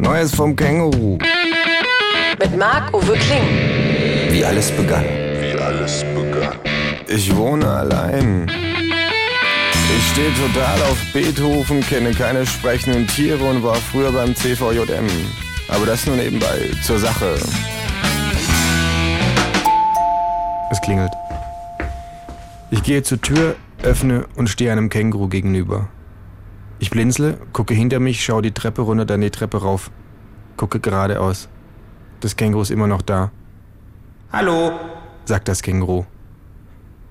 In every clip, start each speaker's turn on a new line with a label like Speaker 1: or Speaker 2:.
Speaker 1: Neues vom Känguru.
Speaker 2: Mit Marc-Uwe Kling.
Speaker 1: Wie alles begann.
Speaker 3: wie alles begann.
Speaker 1: Ich wohne allein. Ich stehe total auf Beethoven, kenne keine sprechenden Tiere und war früher beim CVJM. Aber das nur nebenbei, zur Sache.
Speaker 4: Es klingelt. Ich gehe zur Tür, öffne und stehe einem Känguru gegenüber. Ich blinzle, gucke hinter mich, schaue die Treppe runter, dann die Treppe rauf. Gucke geradeaus. Das Känguru ist immer noch da.
Speaker 5: Hallo,
Speaker 4: sagt das Känguru.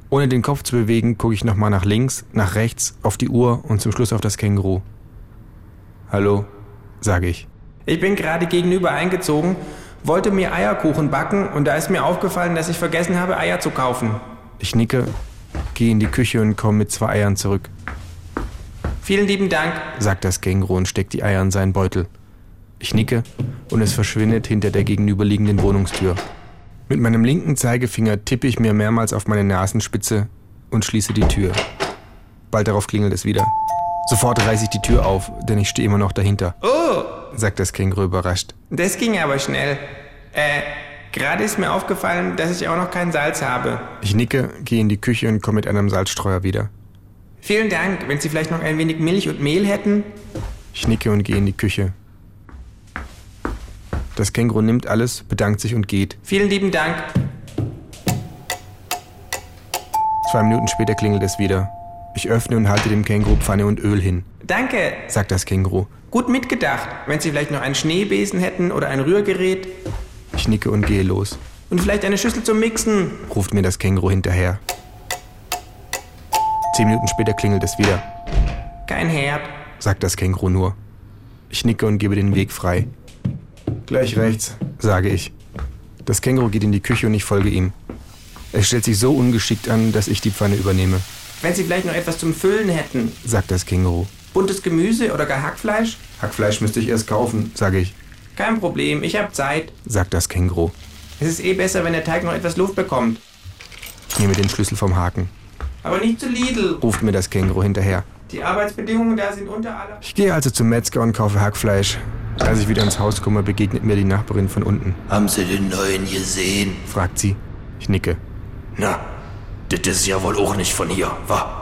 Speaker 4: Ohne den Kopf zu bewegen, gucke ich nochmal nach links, nach rechts, auf die Uhr und zum Schluss auf das Känguru. Hallo, sage ich.
Speaker 5: ich bin gerade gegenüber eingezogen, wollte mir Eierkuchen backen und da ist mir aufgefallen, dass ich vergessen habe, Eier zu kaufen.
Speaker 4: Ich nicke, gehe in die Küche und komme mit zwei Eiern zurück,
Speaker 5: Vielen lieben Dank.
Speaker 4: sagt das Känguru und steckt die Eier in seinen Beutel. Ich nicke und es verschwindet hinter der gegenüberliegenden Wohnungstür. Mit meinem linken Zeigefinger tippe ich mir mehrmals auf meine Nasenspitze und schließe die Tür. Bald darauf klingelt es wieder. Sofort reiße ich die Tür auf, denn ich stehe immer noch dahinter. sagt das Känguru überrascht.
Speaker 5: Das ging aber schnell. Äh, gerade ist mir aufgefallen, dass ich auch noch kein Salz habe.
Speaker 4: Ich nicke, gehe in die Küche und komme mit einem Salzstreuer wieder.
Speaker 5: Vielen Dank, wenn Sie vielleicht noch ein wenig Milch und Mehl hätten.
Speaker 4: Ich nicke und gehe in die Küche. Das Känguru nimmt alles, bedankt sich und geht.
Speaker 5: Vielen lieben Dank.
Speaker 4: Zwei Minuten später klingelt es wieder. Ich öffne und halte dem Känguru Pfanne und Öl hin,
Speaker 5: Danke,
Speaker 4: sagt das Känguru.
Speaker 5: gut mitgedacht. Wenn Sie vielleicht noch einen Schneebesen hätten oder ein Rührgerät
Speaker 4: Ich nicke und gehe los,
Speaker 5: und vielleicht eine Schüssel zum Mixen.
Speaker 4: ruft mir das Känguru hinterher. Zehn Minuten später klingelt es wieder,
Speaker 5: Kein Herd.
Speaker 4: sagt das Känguru nur. Ich nicke und gebe den Weg frei. Gleich rechts, sage ich. Das Känguru geht in die Küche und ich folge ihm. Es stellt sich so ungeschickt an, dass ich die Pfanne übernehme,
Speaker 5: Wenn Sie vielleicht noch etwas zum Füllen hätten.
Speaker 4: sagt das Känguru.
Speaker 5: Buntes Gemüse oder gar Hackfleisch?
Speaker 4: Hackfleisch müsste ich erst kaufen, sage ich,
Speaker 5: Kein Problem, ich habe Zeit.
Speaker 4: sagt das Känguru.
Speaker 5: Es ist eh besser, wenn der Teig noch etwas Luft bekommt.
Speaker 4: Ich nehme den Schlüssel vom Haken,
Speaker 5: Aber nicht zu Lidl.
Speaker 4: ruft mir das Känguru hinterher.
Speaker 5: Die Arbeitsbedingungen da sind unter aller...
Speaker 4: Ich gehe also zum Metzger und kaufe Hackfleisch. Als ich wieder ins Haus komme, begegnet mir die Nachbarin von unten,
Speaker 6: Haben Sie den neuen gesehen?
Speaker 4: fragt sie. Ich nicke.
Speaker 6: Na, das ist ja wohl auch nicht von hier, wa?